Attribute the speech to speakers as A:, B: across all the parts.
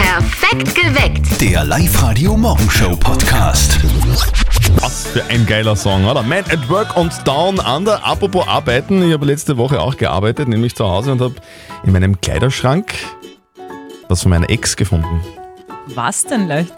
A: Perfekt geweckt.
B: Der Live-Radio Morgenshow Podcast.
C: Was für ein geiler Song, oder? Man at Work und Down Under. Apropos Arbeiten, ich habe letzte Woche auch gearbeitet, nämlich zu Hause und habe in meinem Kleiderschrank was von meiner Ex gefunden.
D: Was denn leicht?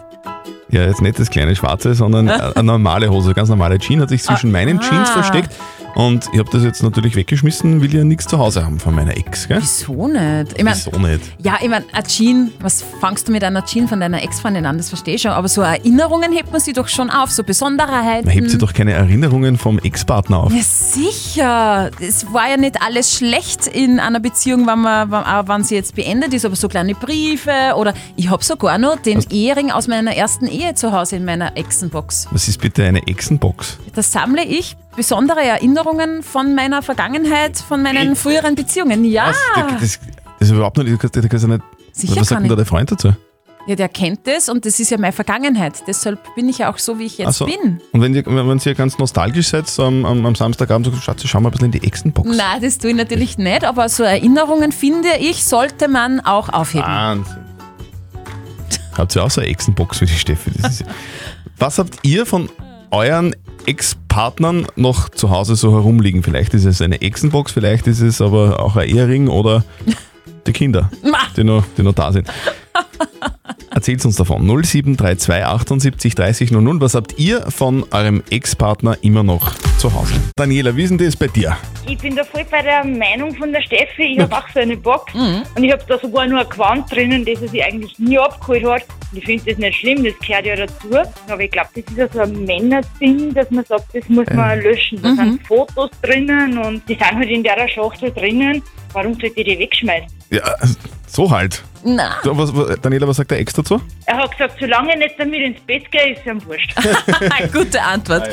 C: Ja, jetzt nicht das kleine schwarze, sondern eine normale Hose, ganz normale Jeans, hat sich zwischen meinen Jeans
D: ah.
C: versteckt. Und ich habe das jetzt natürlich weggeschmissen, will ja nichts zu Hause haben von meiner Ex, gell?
D: Wieso nicht? Ich mein,
C: Wieso nicht?
D: Ja, ich meine, ein Jean, was fangst du mit einer Jean von deiner Ex-Freundin an? Das verstehe ich schon. Aber so Erinnerungen hebt man sie doch schon auf, so Besonderheiten.
C: Man hebt sich doch keine Erinnerungen vom Ex-Partner auf.
D: Hm. Ja, sicher. Es war ja nicht alles schlecht in einer Beziehung, wenn, man, wenn, auch wenn sie jetzt beendet ist, aber so kleine Briefe oder ich habe sogar noch den Ehering aus meiner ersten Ehe zu Hause in meiner Exenbox.
C: Was ist bitte eine Exenbox?
D: Das sammle ich besondere Erinnerungen von meiner Vergangenheit, von meinen früheren Beziehungen. Ja.
C: Das, das, das ist überhaupt nicht, das, das kannst du nicht.
D: Ah. Sicher
C: was sagt
D: kann
C: denn da
D: ich.
C: der Freund dazu?
D: Ja, der kennt das und das ist ja meine Vergangenheit. Deshalb bin ich ja auch so, wie ich jetzt
C: Ach so.
D: bin.
C: Und wenn ihr, wenn wenn ihr ganz nostalgisch seid, so am, am, am Samstagabend so, Schatz, schau mal ein bisschen in die Exenbox.
D: Nein, das tue ich natürlich nicht, aber so Erinnerungen, finde ich, sollte man auch aufheben.
C: Wahnsinn. Habt ihr auch so eine Exenbox wie die Steffi? Das ist Was habt ihr von euren Ex-Partnern noch zu Hause so herumliegen? Vielleicht ist es eine Exenbox, vielleicht ist es aber auch ein Ehering oder die Kinder,
D: Ma.
C: die noch, die noch da sind. Erzählt uns davon. 0732 78 30 00. Was habt ihr von eurem Ex-Partner immer noch zu Hause? Daniela, wie ist denn das bei dir?
E: Ich bin da voll bei der Meinung von der Steffi. Ich habe auch so eine Box und ich habe da sogar nur ein Quant drinnen, das sie eigentlich nie abgeholt hat. Und ich finde das nicht schlimm, das gehört ja dazu. Aber ich glaube, das ist ja so ein Männerding, dass man sagt, das muss man löschen. Da sind Fotos drinnen und die sind halt in der Schachtel drinnen. Warum sollte ich die wegschmeißen?
C: Ja, so halt.
D: Nein.
C: So, was, was, Daniela, was sagt der Ex dazu?
E: Er hat gesagt, solange ich nicht damit ins Bett gehe, ist ihm wurscht.
D: Gute Antwort.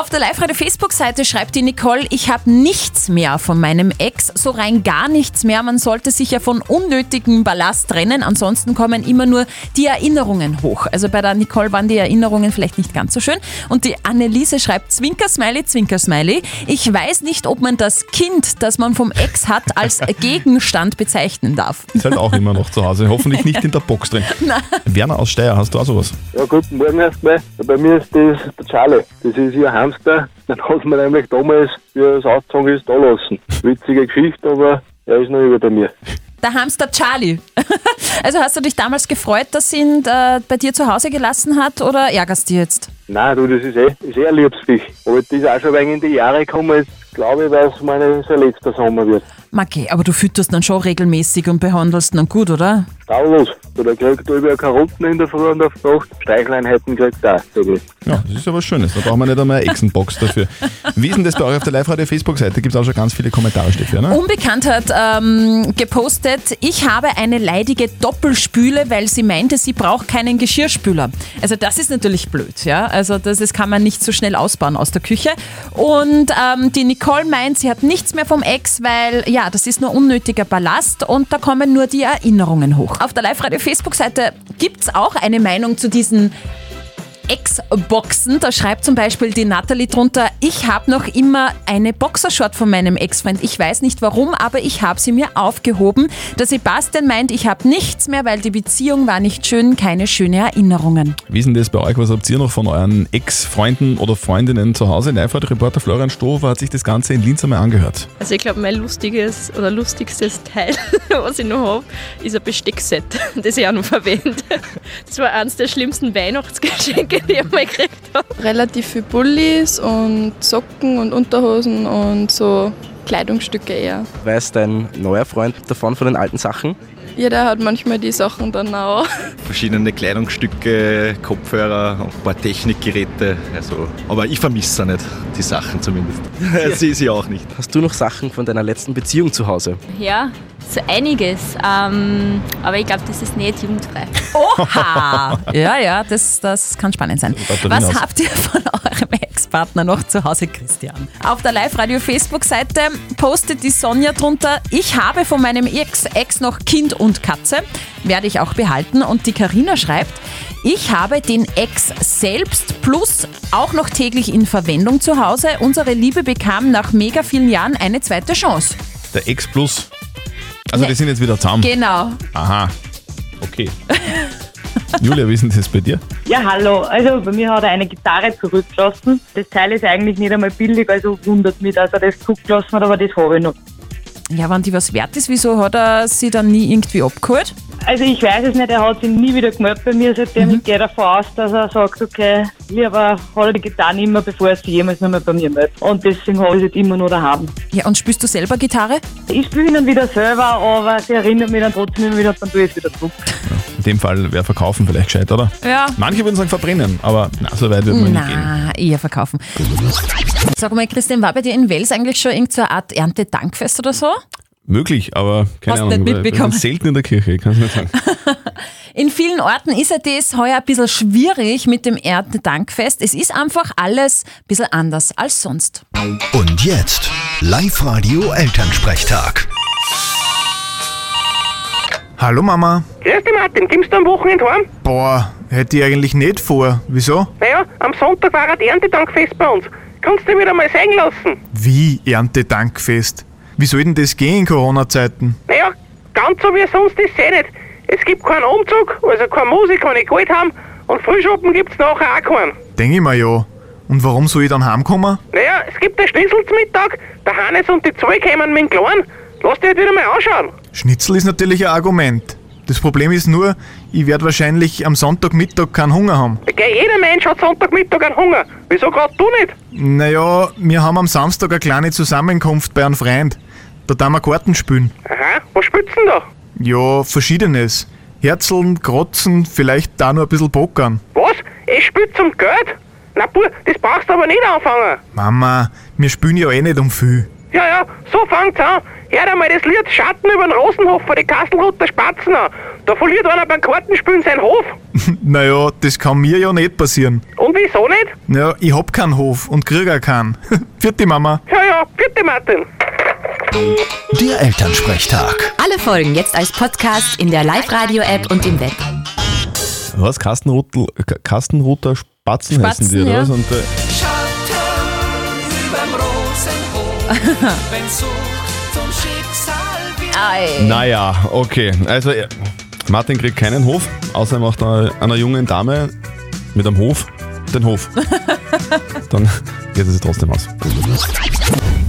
D: Auf der Live-Radio-Facebook-Seite schreibt die Nicole, ich habe nichts mehr von meinem Ex, so rein gar nichts mehr. Man sollte sich ja von unnötigem Ballast trennen, ansonsten kommen immer nur die Erinnerungen hoch. Also bei der Nicole waren die Erinnerungen vielleicht nicht ganz so schön. Und die Anneliese schreibt, Zwinker-Smiley, Zwinker-Smiley, ich weiß nicht, ob man das Kind, das man vom Ex hat, als Gegenstand bezeichnen darf.
C: Ist halt auch immer noch zu Hause. Hoffentlich nicht in der Box drin. Werner aus Steyr, hast du auch sowas?
F: Ja, guten Morgen erstmal. Bei mir ist das der Charlie. Das ist ihr Hamster. Den hat man nämlich damals, wie er es ausgezogen ist, da lassen. Witzige Geschichte, aber er ist noch über mir.
D: Der Hamster Charlie. also hast du dich damals gefreut, dass sie ihn äh, bei dir zu Hause gelassen hat oder ärgerst du dich jetzt?
F: Nein, du, das ist eh, ist eh ein Liebsfisch. Aber das ist auch schon ein wenig in die Jahre gekommen. Jetzt glaube ich, weil es meine sein letzter Sommer wird.
D: Maggi, aber du fütterst ihn schon regelmäßig und behandelst ihn gut, oder?
F: Staulos. Da kriegt er über Karotten in der Früh und auf die Nacht. Streichleinheiten kriegt er auch. sag ich.
C: Ja, das ist ja was Schönes. Da brauchen wir nicht einmal eine Echsenbox dafür. Wie ist denn das bei euch auf der Live-Radio-Facebook-Seite? Gibt es auch schon ganz viele Kommentare, Steffi, ne?
D: Unbekannt hat ähm, gepostet, ich habe eine leidige Doppelspüle, weil sie meinte, sie braucht keinen Geschirrspüler. Also das ist natürlich blöd, ja. Also das, das kann man nicht so schnell ausbauen aus der Küche. Und ähm, die Nicole meint, sie hat nichts mehr vom Ex, weil ja, das ist nur unnötiger Ballast und da kommen nur die Erinnerungen hoch. Auf der Live-Radio-Facebook-Seite gibt es auch eine Meinung zu diesen Ex-Boxen. Da schreibt zum Beispiel die Natalie drunter, ich habe noch immer eine Boxershort von meinem Ex-Freund. Ich weiß nicht warum, aber ich habe sie mir aufgehoben. Der Sebastian meint, ich habe nichts mehr, weil die Beziehung war nicht schön, keine schöne Erinnerungen.
C: Wie ist denn das bei euch? Was habt ihr noch von euren Ex-Freunden oder Freundinnen zu Hause? Live-Radio-Reporter Florian Stofer hat sich das Ganze in Linz einmal angehört.
G: Also ich glaube, mein lustiges oder lustigstes Teil, was ich noch habe, ist ein Besteckset, das ich auch noch verwende. Das war eines der schlimmsten Weihnachtsgeschenke, die ich mal gekriegt habe.
H: relativ viel Pullis und Socken und Unterhosen und so Kleidungsstücke eher.
I: weiß dein neuer Freund davon von den alten Sachen?
H: Jeder hat manchmal die Sachen dann auch.
J: verschiedene Kleidungsstücke, Kopfhörer, ein paar Technikgeräte. Also, aber ich vermisse sie nicht, die Sachen zumindest. Sehe sie auch nicht.
I: Hast du noch Sachen von deiner letzten Beziehung zu Hause?
G: Ja, so einiges. ähm, aber ich glaube, das ist nicht jugendfrei.
D: Oha! ja, ja, das, das kann spannend sein.
C: Batterien
D: Was
C: aus.
D: habt ihr von eurem Ex-Partner noch zu Hause, Christian? Auf der Live-Radio-Facebook-Seite postet die Sonja drunter, ich habe von meinem Ex-Ex noch Kind und Katze, werde ich auch behalten. Und die Karina schreibt, ich habe den Ex selbst plus auch noch täglich in Verwendung zu Hause. Unsere Liebe bekam nach mega vielen Jahren eine zweite Chance.
C: Der Ex-Plus. Also, die sind jetzt wieder zusammen.
D: Genau.
C: Aha. Okay. Julia, wie ist denn das bei dir?
E: Ja, hallo. Also bei mir hat er eine Gitarre zurückgelassen. Das Teil ist eigentlich nicht einmal billig, also wundert mich, dass er das zurückgelassen hat, aber das habe ich noch.
D: Ja, wenn die was wert ist, wieso hat er sie dann nie irgendwie abgeholt?
E: Also ich weiß es nicht, er hat sich nie wieder gemeldet bei mir, seitdem ich gehe davon aus, dass er sagt, okay, lieber hat er die Gitarre immer, bevor er sich jemals nochmal bei mir meldet. Und deswegen habe ich es jetzt immer noch daheim.
D: Ja, und spielst du selber Gitarre?
E: Ich spiele ihn dann wieder selber, aber sie erinnert mich dann trotzdem immer wieder und dann tue ich es wieder zurück.
C: In dem Fall wäre verkaufen vielleicht gescheit, oder?
D: Ja.
C: Manche würden sagen verbrennen, aber na, so weit wird man nicht gehen.
D: Na, eher verkaufen. Sag mal, Christian, war bei dir in Wales eigentlich schon irgendeine Art Erntedankfest oder so?
C: Möglich, aber keine
D: Hast
C: Ahnung.
D: nicht
C: weil wir
D: mitbekommen.
C: sind Selten in der Kirche, kannst nicht sagen.
D: In vielen Orten ist ja das heuer ein bisschen schwierig mit dem Erntedankfest. Es ist einfach alles ein bisschen anders als sonst.
B: Und jetzt Live-Radio Elternsprechtag.
A: Hallo Mama.
K: Grüß dich Martin, kommst du am Wochenende heim?
A: Boah, hätte ich eigentlich nicht vor. Wieso?
K: Naja, am Sonntag war ein Erntedankfest bei uns. Kannst du dich wieder mal sehen lassen?
A: Wie Erntedankfest? Wie soll denn das gehen in Corona-Zeiten?
K: Naja, ganz so wie sonst ist es eh nicht. Es gibt keinen Umzug, also keine Musik, keine Geld haben und Frühschoppen gibt's nachher auch keinen.
A: Denke ich mir ja. Und warum soll ich dann heimkommen?
K: Naja, es gibt den Schnitzel zum Mittag, der Hannes und die zwei kommen mit dem Kleinen. Lass dich halt wieder mal anschauen.
A: Schnitzel ist natürlich ein Argument. Das Problem ist nur, ich werde wahrscheinlich am Sonntagmittag keinen Hunger haben.
K: Gell, jeder Mensch hat Sonntagmittag einen Hunger. Wieso gerade du nicht?
A: Naja, wir haben am Samstag eine kleine Zusammenkunft bei einem Freund. Da darf wir Karten spielen.
K: Aha, was spielst du denn da?
A: Ja, verschiedenes. Herzeln, Krotzen, vielleicht da nur ein bisschen Pokern.
K: Was? Eh Ich spiel zum Geld? Na puh, das brauchst du aber nicht anfangen.
A: Mama, wir spielen ja eh nicht um viel.
K: Ja, ja, so fangt's an. Hört einmal das Lied Schatten über den Rosenhof von den Kasselruther Spatzen an. Da verliert einer beim Kartenspielen seinen Hof.
A: Naja, das kann mir ja nicht passieren.
K: Und wieso nicht?
A: Naja, ich hab keinen Hof und krieg auch keinen. Vierte Mama.
K: Ja, ja, bitte Martin.
B: Der Elternsprechtag.
L: Alle Folgen jetzt als Podcast in der Live-Radio-App und im Web.
C: Was? Kastenrutl, K- Kastenruther Spatzen,
L: Spatzen,
C: heißen die,
L: ja.
C: oder was? Und, äh,
D: Ei.
C: naja, okay. Also, äh, Martin kriegt keinen Hof, außer er macht einer, einer jungen Dame mit einem Hof den Hof. Dann geht es trotzdem aus.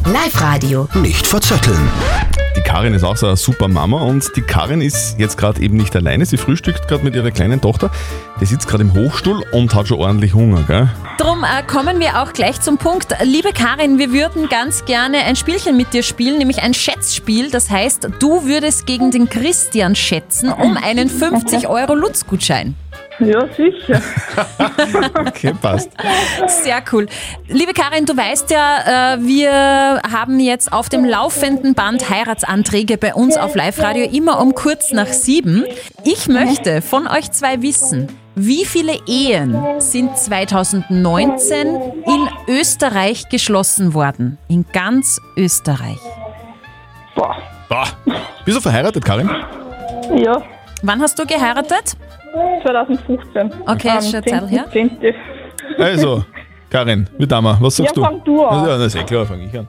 L: Live-Radio.
B: Nicht verzetteln.
C: Die Karin ist auch so eine super Mama und die Karin ist jetzt gerade eben nicht alleine. Sie frühstückt gerade mit ihrer kleinen Tochter. Die sitzt gerade im Hochstuhl und hat schon ordentlich Hunger, gell?
D: Drum äh, kommen wir auch gleich zum Punkt. Liebe Karin, wir würden ganz gerne ein Spielchen mit dir spielen, nämlich ein Schätzspiel. Das heißt, du würdest gegen den Christian schätzen um einen 50-Euro-Lutz-Gutschein.
E: Ja, sicher.
C: Okay, passt.
D: Sehr cool. Liebe Karin, du weißt ja, äh, wir haben jetzt auf dem laufenden Band Heiratsanträge bei uns auf Live-Radio immer um kurz nach sieben. Ich möchte von euch zwei wissen, wie viele Ehen sind 2019 in Österreich geschlossen worden? In ganz Österreich.
C: Bah. Bist du verheiratet, Karin?
D: Ja. Wann hast du geheiratet? 2015. Okay,
E: Am
D: ist schon eine Zeit her.
C: Also, Karin, wie damals? Was sagst
E: Ja,
C: du?
E: fang du an.
C: Ja, das ist eh klar, fange ich an.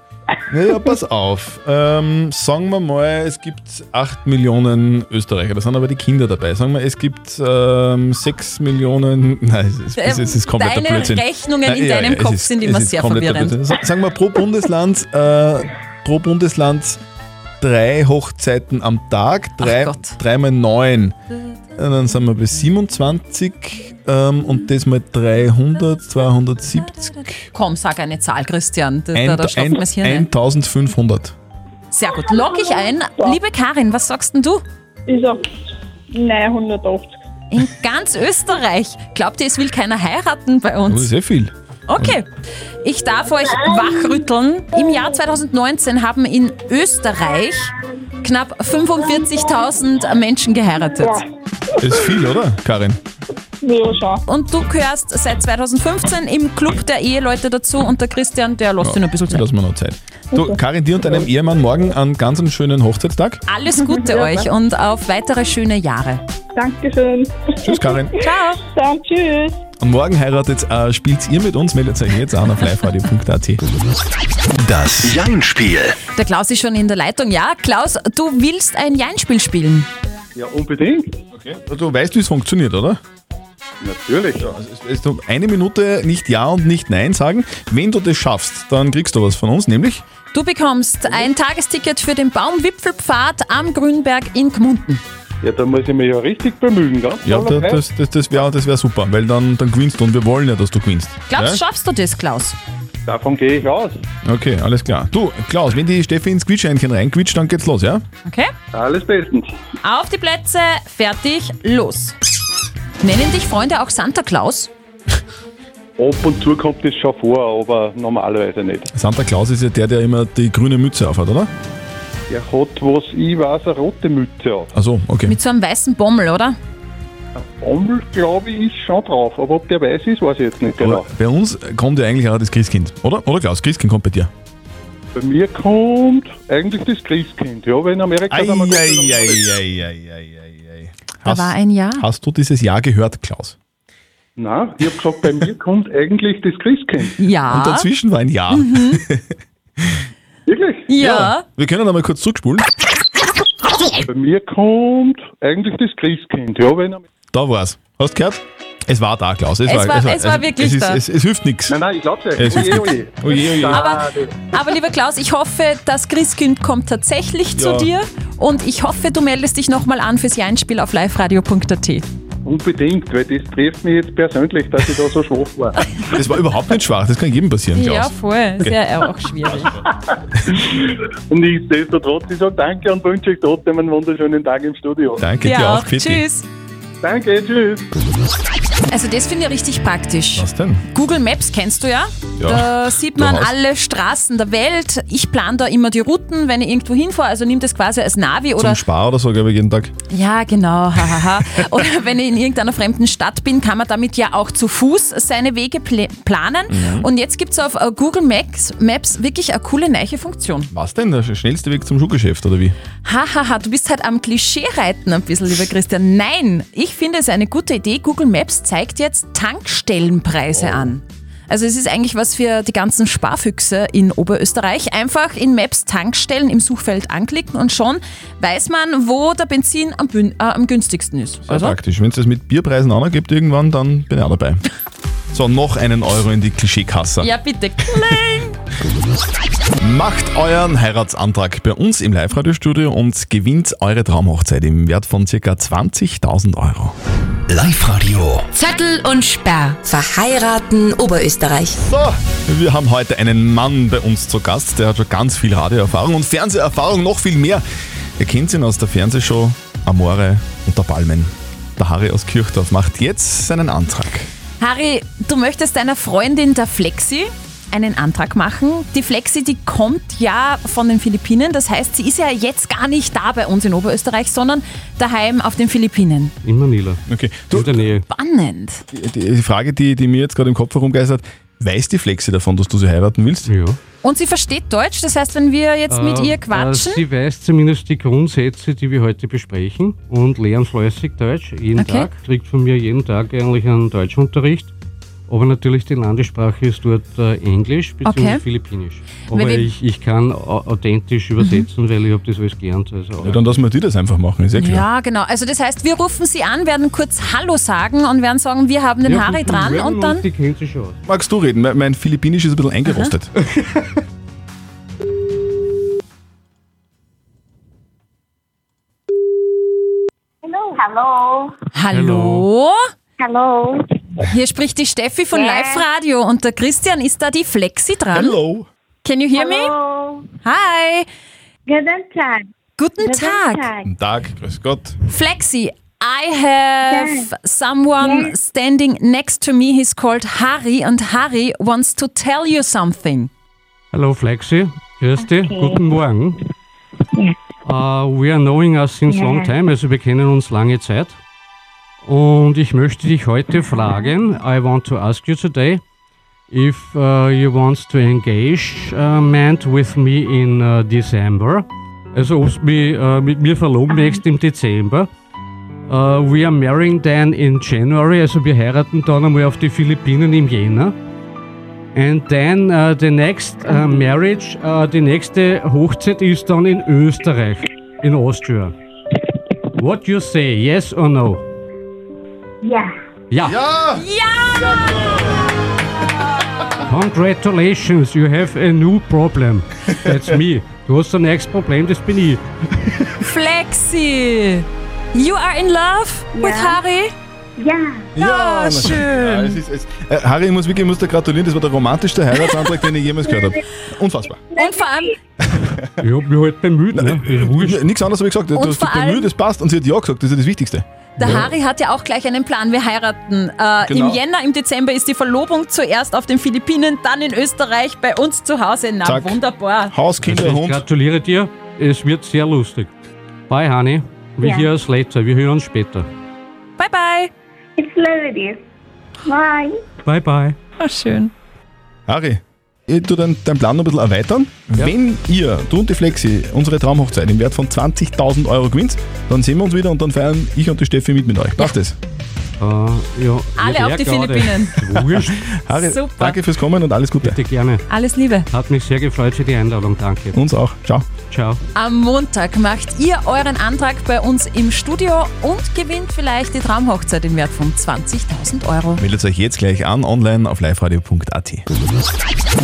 C: Naja, pass auf. Ähm, sagen wir mal, es gibt 8 Millionen Österreicher, da sind aber die Kinder dabei. Sagen wir, es gibt ähm, 6 Millionen. Nein, es ist, es ist, es ist kompletter
D: Deine
C: Blödsinn.
D: Rechnungen
C: Nein,
D: in deinem
C: es
D: Kopf sind
C: es
D: immer
C: ist
D: sehr
C: kompletter
D: verwirrend.
C: Blödsinn. Sa- Sagen wir pro Bundesland, äh, pro Bundesland drei Hochzeiten am Tag, drei, dreimal neun. Und dann sind wir bei 27 ähm, und das mal 300, 270,
D: Komm, sag eine Zahl, Christian. Da, da,
C: ein,
D: da stopfen
C: ein,
D: wir es hier ne? nicht.
C: 1500.
D: Sehr gut. Log ich ein. Liebe Karin, was sagst denn du? Ich sag 980. In ganz Österreich. Glaubt ihr, es will keiner heiraten bei
C: Das ist
D: uns?
C: sehr viel.
D: Okay. Ich darf euch wachrütteln. Im Jahr 2019 haben in Österreich knapp 45.000 Menschen geheiratet.
C: Ist viel, oder, Karin?
D: Und du gehörst seit 2015 im Club der Eheleute dazu und der Christian, der lässt ihn ein bisschen Zeit.
C: Lass mal noch Zeit. Du, Karin, dir und deinem Ehemann morgen einen ganz einen schönen Hochzeitstag.
D: Alles Gute
C: Ja.
D: euch und auf weitere schöne Jahre. Dankeschön.
C: Tschüss, Karin.
D: Ciao. Dann tschüss.
C: Und morgen heiratet, äh, spielt ihr mit uns, meldet euch jetzt an auf liveradio.at.
B: Das Jein-Spiel.
D: Der Klaus ist schon in der Leitung. Ja, Klaus, du willst ein Jeinspiel spielen.
M: Ja, unbedingt.
C: Also, Du weißt, wie es funktioniert, oder? Natürlich. Ja, also es- es- du eine Minute nicht Ja und nicht Nein sagen. Wenn du das schaffst, dann kriegst du was von uns, nämlich
D: Du bekommst ein Tagesticket für den Baumwipfelpfad am Grünberg in Gmunden.
M: Ja, da muss ich mich ja richtig bemühen, ganz
C: Ja,
M: toller
C: da-
M: Preis.
C: das, das, das wäre das wär super, weil dann, dann gewinnst du und wir wollen ja, dass du gewinnst.
D: Glaubst,
C: ja?
D: schaffst du das, Klaus?
M: Davon gehe ich aus.
C: Okay, alles klar. Du, Klaus, wenn die Steffi ins Quietscheinchen reinquitscht, dann geht's los, ja?
D: Okay?
M: Alles bestens.
D: Auf die Plätze, fertig, los. Nennen dich Freunde auch Santa Claus?
M: Ab und zu kommt das schon vor, aber normalerweise nicht.
C: Santa Claus ist ja der, der immer die grüne Mütze aufhat, oder?
M: Er hat, was ich weiß, eine rote Mütze auf.
C: Achso, okay.
D: Mit so einem weißen Bommel, oder?
M: Bommel, glaube ich, ist schon drauf, aber ob der weiß ist, weiß ich jetzt nicht genau.
C: Aber bei uns kommt ja eigentlich auch das Christkind, oder? Oder Klaus, Christkind kommt bei dir.
M: Bei mir kommt eigentlich das Christkind, ja, weil in Amerika...
C: Ei,
M: sind wir Gott sei Dank-
C: ei, ei, ei, ei, ei, ei, ei.
D: Da war ein Ja.
C: Hast du dieses Ja gehört, Klaus?
M: Nein, ich habe gesagt, bei mir kommt eigentlich das Christkind.
D: Ja.
C: Und dazwischen war ein Ja.
M: Wirklich?
C: Wir können da mal kurz zurückspulen.
M: Bei mir kommt eigentlich das Christkind, ja, wenn er...
C: Da war's. Hast gehört? Es war da, Klaus.
D: Es war- es war wirklich
C: es ist,
D: da.
C: Es, es hilft nichts. Nein,
M: nein, ich glaub's
C: Es hilft
M: Oje,
C: nix. Oje, oje.
D: Aber, aber lieber Klaus, ich hoffe, das Christkind kommt tatsächlich
C: Ja.
D: zu dir und ich hoffe, du meldest dich nochmal an fürs Jeinspiel auf liveradio.at.
M: Unbedingt, weil das trifft mich jetzt persönlich, dass ich da so schwach war.
C: Das war überhaupt nicht schwach. Das kann jedem passieren, Klaus.
D: Ja, voll. Ist ja auch schwierig.
M: Nichtsdestotrotz, ich sage danke und wünsche euch trotzdem einen wunderschönen Tag im Studio.
C: Danke dir auch. Pfiat dich.
D: Tschüss.
M: Danke, tschüss.
D: Also das finde ich richtig praktisch.
C: Was denn?
D: Google Maps kennst du ja.
C: Ja,
D: Da sieht man
C: durchaus.
D: alle Straßen der Welt. Ich plane da immer die Routen, wenn ich irgendwo hinfahre. Also nimm das quasi als Navi
C: Zum
D: oder
C: Spar oder so, glaube ich, jeden Tag.
D: Ja, genau. Hahaha. Oder wenn ich in irgendeiner fremden Stadt bin, kann man damit ja auch zu Fuß seine Wege pl planen.
C: Mhm.
D: Und jetzt gibt's auf äh, Google Maps, Maps wirklich eine coole neue Funktion.
C: Was denn? Der schnellste Weg zum Schuhgeschäft, oder wie?
D: Hahaha, du bist halt am Klischee reiten ein bisschen, lieber Christian. Nein, ich finde es eine gute Idee. Google Maps zeigt jetzt Tankstellenpreise an. Also es ist eigentlich was für die ganzen Sparfüchse in Oberösterreich. Einfach in Maps Tankstellen im Suchfeld anklicken und schon weiß man, wo der Benzin am, bün- äh, am günstigsten ist. Also,
C: Sehr praktisch. Wenn es das mit Bierpreisen anergibt irgendwann, dann bin ich auch dabei. So, noch einen Euro in die Klischeekasse.
D: Ja, bitte. Kling.
C: Macht euren Heiratsantrag bei uns im Live-Radio-Studio und gewinnt eure Traumhochzeit im Wert von ca. 20.000 Euro. Live-Radio.
L: Zettel und Sperr. Verheiraten Oberösterreich.
C: So. Wir haben heute einen Mann bei uns zu Gast, der hat schon ganz viel Radioerfahrung und Fernseherfahrung, noch viel mehr. Ihr kennt ihn aus der Fernsehshow Amore unter Palmen. Der Harry aus Kirchdorf macht jetzt seinen Antrag.
D: Harry, du möchtest deiner Freundin der Flexi einen Antrag machen. Die Flexi, die kommt ja von den Philippinen. Das heißt, sie ist ja jetzt gar nicht da bei uns in Oberösterreich, sondern daheim auf den Philippinen.
N: In Manila.
C: Okay. Du, in der
N: Nähe.
D: Spannend.
C: Die, die Frage, die, die mir jetzt gerade im Kopf herumgeistert, weiß die Flexi davon, dass du sie heiraten willst? Ja.
D: Und sie versteht Deutsch. Das heißt, wenn wir jetzt mit
N: Äh,
D: ihr quatschen,
N: Äh, sie weiß zumindest die Grundsätze, die wir heute besprechen und lernt fleißig Deutsch jeden
D: Okay.
N: Tag. Kriegt von mir jeden Tag eigentlich einen Deutschunterricht. Aber natürlich die Landessprache ist dort äh, Englisch bzw.
D: Okay.
N: Philippinisch.
D: Weil
N: Aber
D: wir-
N: ich, ich kann au- authentisch übersetzen, weil ich habe das alles gelernt. Also
C: Ja, dann lassen wir die das einfach machen, ist ja klar.
D: Ja, genau. Also das heißt, wir rufen sie an, werden kurz Hallo sagen und werden sagen, wir haben den
C: Ja,
D: Harry
C: gut, wir
D: dran
C: hören
D: und
C: uns
D: dann.
N: Die kennt sie schon aus.
C: Magst du reden? Mein- Mein Philippinisch ist ein bisschen eingerostet.
O: Hallo.
D: Hallo?
O: Hallo.
D: Hier spricht die Steffi von
O: Ja.
D: Live Radio und der Christian ist da die Flexi dran.
C: Hello.
D: Can you hear me? Hi.
O: Guten Tag.
D: Guten,
O: Guten
D: Tag.
O: Tag.
C: Guten Tag, grüß Gott.
D: Flexi, I have someone standing next to me. He's called Harry and Harry wants to tell you something.
N: Hello, Flexi. Christi, guten Morgen. Uh, we are knowing us since
P: Ja.
N: long time, also wir kennen uns lange Zeit. Und ich möchte dich heute fragen, I want to ask you today, if uh, you want to engage uh, man with me in uh, December. Also ob du mich uh, mit mir verloben möchtest im Dezember. Uh, we are marrying then in January, also wir heiraten dann einmal auf die Philippinen im Jänner. And then uh, the next uh, marriage, uh, die nächste Hochzeit ist dann in Österreich, in Austria. What you say, yes or no?
O: Yeah.
N: Ja.
O: Ja!
N: Congratulations, you have a new problem. That's me. Du hast ein neues Problem, das bin ich.
D: Flexi! You are in love with Harry?
O: Ja.
D: Ja,
C: na- Ja, es
D: schön.
C: ist, es, äh, Harry, ich muss wirklich ich muss dir gratulieren, das war der romantischste Heiratsantrag, den ich jemals gehört habe. Unfassbar.
D: Und vor allem,
N: Ich hab mich halt bemüht,
C: ne? Nichts anderes habe ich gesagt. Du
D: Und
C: hast dich
D: vor allem-
C: bemüht, es passt. Und sie hat ja gesagt, das ist ja das Wichtigste.
D: der
C: Ja.
D: Harry hat ja auch gleich einen Plan. Wir heiraten. Äh,
C: Genau.
D: Im Jänner, im Dezember ist die Verlobung zuerst auf den Philippinen, dann in Österreich, bei uns zu Hause. Na,
N: Zack.
D: wunderbar.
N: Hauskinder, Hund. Ich gratuliere dir, es wird sehr lustig. Bye, Honey. Wir
D: Ja.
N: hören uns later, wir hören uns später.
D: Bye, bye.
O: It's ladies. Bye.
N: Bye, bye.
D: Ah, schön.
C: Harry, ich tu deinen deinen Plan noch ein bisschen erweitern. Wenn ihr, du und die Flexi, unsere Traumhochzeit im Wert von 20.000 Euro gewinnt, dann sehen wir uns wieder und dann feiern ich und die Steffi mit mit euch. Passt das?
N: Ah, ja,
D: Alle auf die Philippinen.
N: Wurscht.
C: Harry,
D: Super.
C: danke fürs Kommen und alles Gute.
N: Bitte gerne.
D: Alles Liebe.
N: Hat mich sehr gefreut für die Einladung, danke.
C: Uns auch. Ciao.
N: Ciao.
D: Am Montag macht ihr euren Antrag bei uns im Studio und gewinnt vielleicht die Traumhochzeit im Wert von 20.000 Euro.
C: Meldet euch jetzt gleich an, online auf liveradio.at.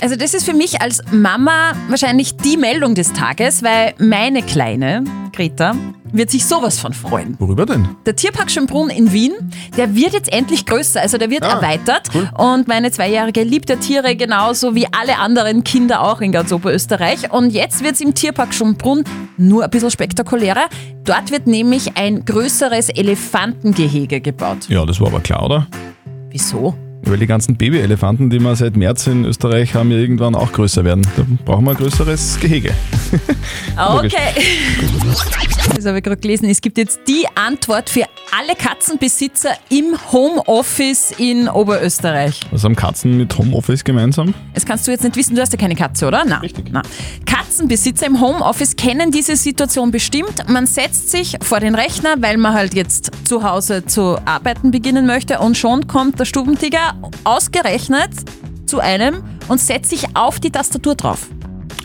D: Also das ist für mich als Mama wahrscheinlich die Meldung des Tages, weil meine Kleine, Greta, wird sich sowas von freuen.
C: Worüber denn?
D: Der Tierpark Schönbrunn in Wien, der wird jetzt endlich größer, also der wird erweitert. Und meine Zweijährige liebt ja Tiere genauso wie alle anderen Kinder auch in ganz Oberösterreich. Und jetzt wird es im Tierpark Schönbrunn nur ein bisschen spektakulärer. Dort wird nämlich ein größeres Elefantengehege gebaut.
C: Ja, das war aber klar, oder?
D: Wieso?
C: Weil die ganzen Babyelefanten, die wir seit März in Österreich haben, ja irgendwann auch größer werden. Da brauchen wir ein größeres Gehege. Logisch.
D: Okay. Das habe ich gerade gelesen. Es gibt jetzt die Antwort für alle Katzenbesitzer im Homeoffice in Oberösterreich.
C: Was haben Katzen mit Homeoffice gemeinsam?
D: Das kannst du jetzt nicht wissen, du hast ja keine Katze, oder? Na, Richtig. Na. Katzenbesitzer im Homeoffice kennen diese Situation bestimmt. Man setzt sich vor den Rechner, weil man halt jetzt zu Hause zu arbeiten beginnen möchte und schon kommt der Stubentiger ausgerechnet zu einem und setzt sich auf die Tastatur drauf.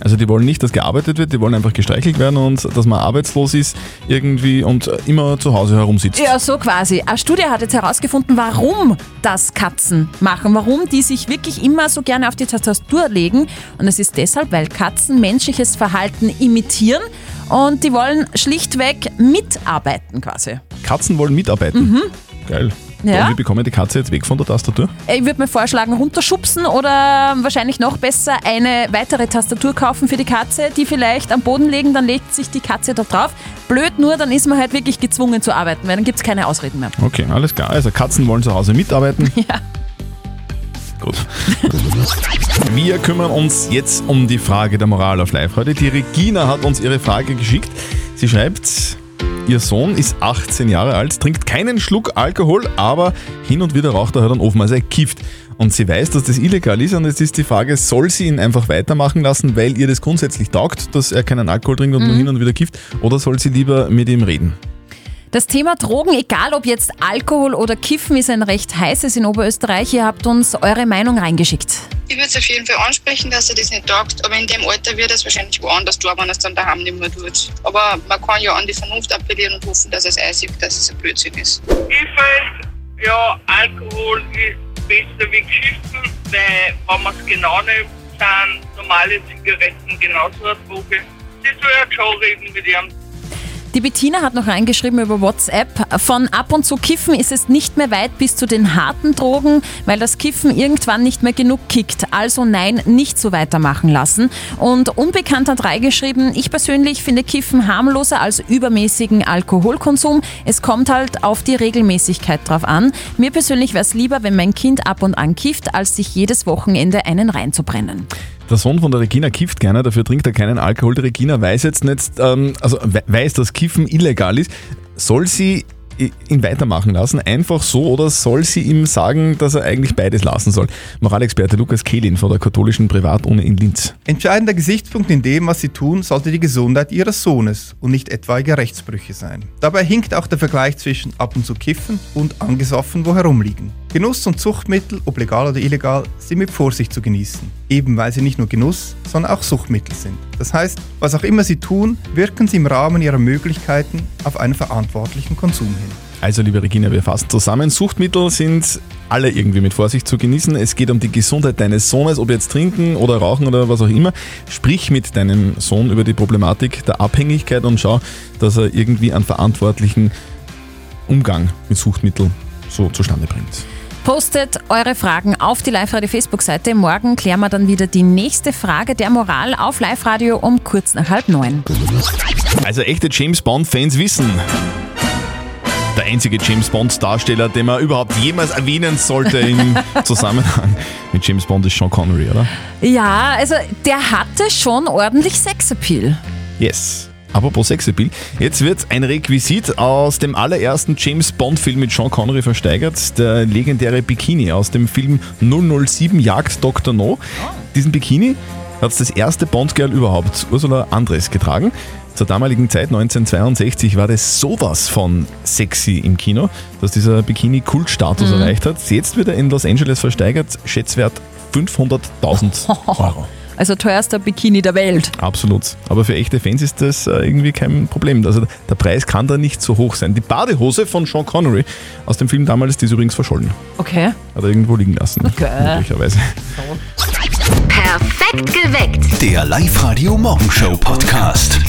C: Also die wollen nicht, dass gearbeitet wird, die wollen einfach gestreichelt werden und dass man arbeitslos ist irgendwie und immer zu Hause herumsitzt.
D: Ja, so quasi. Eine Studie hat jetzt herausgefunden, warum das Katzen machen, warum die sich wirklich immer so gerne auf die Tastatur legen. Und es ist deshalb, weil Katzen menschliches Verhalten imitieren und die wollen schlichtweg mitarbeiten quasi.
C: Katzen wollen mitarbeiten. Geil.
D: Mhm. Ja.
C: Und wie bekomme ich die Katze jetzt weg von der Tastatur?
D: Ich würde mir vorschlagen, runterschubsen oder wahrscheinlich noch besser eine weitere Tastatur kaufen für die Katze, die vielleicht am Boden legen, dann legt sich die Katze da drauf. Blöd nur, dann ist man halt wirklich gezwungen zu arbeiten, weil dann gibt es keine Ausreden mehr.
C: Okay, alles klar. Also Katzen wollen zu Hause mitarbeiten. Ja. Gut. Wir kümmern uns jetzt um die Frage der Moral auf Live heute. Die Regina hat uns ihre Frage geschickt. Sie schreibt, ihr Sohn ist 18 Jahre alt, trinkt keinen Schluck Alkohol, aber hin und wieder raucht er halt einen Ofen, also er kifft. Und sie weiß, dass das illegal ist und jetzt ist die Frage, soll sie ihn einfach weitermachen lassen, weil ihr das grundsätzlich taugt, dass er keinen Alkohol trinkt und nur hin und wieder kifft, oder soll sie lieber mit ihm reden?
D: Das Thema Drogen, egal ob jetzt Alkohol oder Kiffen, ist ein recht heißes in Oberösterreich. Ihr habt uns eure Meinung reingeschickt.
P: Ich würde es auf jeden Fall ansprechen, dass er das nicht taugt, aber in dem Alter wird er es wahrscheinlich woanders tun, wenn er es dann daheim nicht mehr tut. Aber man kann ja an die Vernunft appellieren und hoffen, dass er es einsieht, dass es ein Blödsinn ist.
Q: Ich finde, ja, Alkohol ist besser wie Geschichten, weil wenn man es genau nimmt, sind normale Zigaretten genauso eine Droge. Das will ich schon reden mit ihm.
D: Die Bettina hat noch reingeschrieben über WhatsApp, von ab und zu Kiffen ist es nicht mehr weit bis zu den harten Drogen, weil das Kiffen irgendwann nicht mehr genug kickt. Also nein, nicht so weitermachen lassen. Und Unbekannt hat reingeschrieben, ich persönlich finde Kiffen harmloser als übermäßigen Alkoholkonsum. Es kommt halt auf die Regelmäßigkeit drauf an. Mir persönlich wäre es lieber, wenn mein Kind ab und an kifft, als sich jedes Wochenende einen reinzubrennen.
C: Der Sohn von der Regina kifft gerne, dafür trinkt er keinen Alkohol. Die Regina weiß jetzt nicht, ähm, also we- weiß, dass Kiffen illegal ist. Soll sie i- ihn weitermachen lassen, einfach so, oder soll sie ihm sagen, dass er eigentlich beides lassen soll? Moralexperte Lukas Kehlin von der katholischen Privatuni in Linz.
R: Entscheidender Gesichtspunkt in dem, was sie tun, sollte die Gesundheit ihres Sohnes und nicht etwaige Rechtsbrüche sein. Dabei hinkt auch der Vergleich zwischen ab und zu kiffen und angesoffen wo herumliegen. Genuss und Suchtmittel, ob legal oder illegal, sind mit Vorsicht zu genießen. Eben weil sie nicht nur Genuss, sondern auch Suchtmittel sind. Das heißt, was auch immer sie tun, wirken sie im Rahmen ihrer Möglichkeiten auf einen verantwortlichen Konsum hin.
C: Also, liebe Regina, wir fassen zusammen. Suchtmittel sind alle irgendwie mit Vorsicht zu genießen. Es geht um die Gesundheit deines Sohnes, ob jetzt trinken oder rauchen oder was auch immer. Sprich mit deinem Sohn über die Problematik der Abhängigkeit und schau, dass er irgendwie einen verantwortlichen Umgang mit Suchtmitteln so zustande bringt.
D: Postet eure Fragen auf die Live-Radio-Facebook-Seite. Morgen klären wir dann wieder die nächste Frage der Moral auf Live-Radio um kurz nach halb neun.
C: Also echte James Bond-Fans wissen. Der einzige James Bond-Darsteller, den man überhaupt jemals erwähnen sollte im Zusammenhang mit James Bond, ist Sean Connery, oder?
D: Ja, also der hatte schon ordentlich Sexappeal.
C: Yes. Apropos Sexappeal, jetzt wird ein Requisit aus dem allerersten James Bond-Film mit Sean Connery versteigert, der legendäre Bikini aus dem Film 007 Jagd Dr. No. Diesen Bikini hat das erste Bond-Girl überhaupt, Ursula Andres, getragen. Zur damaligen Zeit, 1962, war das sowas von sexy im Kino, dass dieser Bikini Kultstatus
D: Mhm.
C: erreicht hat. Jetzt wird er in Los Angeles versteigert, Schätzwert 500.000 Euro.
D: Also teuerster Bikini der Welt.
C: Absolut. Aber für echte Fans ist das äh, irgendwie kein Problem. Also der Preis kann da nicht so hoch sein. Die Badehose von Sean Connery aus dem Film damals, die ist übrigens verschollen.
D: Okay.
C: Hat er irgendwo liegen lassen.
D: Okay.
C: Möglicherweise.
L: Perfekt geweckt.
B: Der Live-Radio Morgenshow Podcast.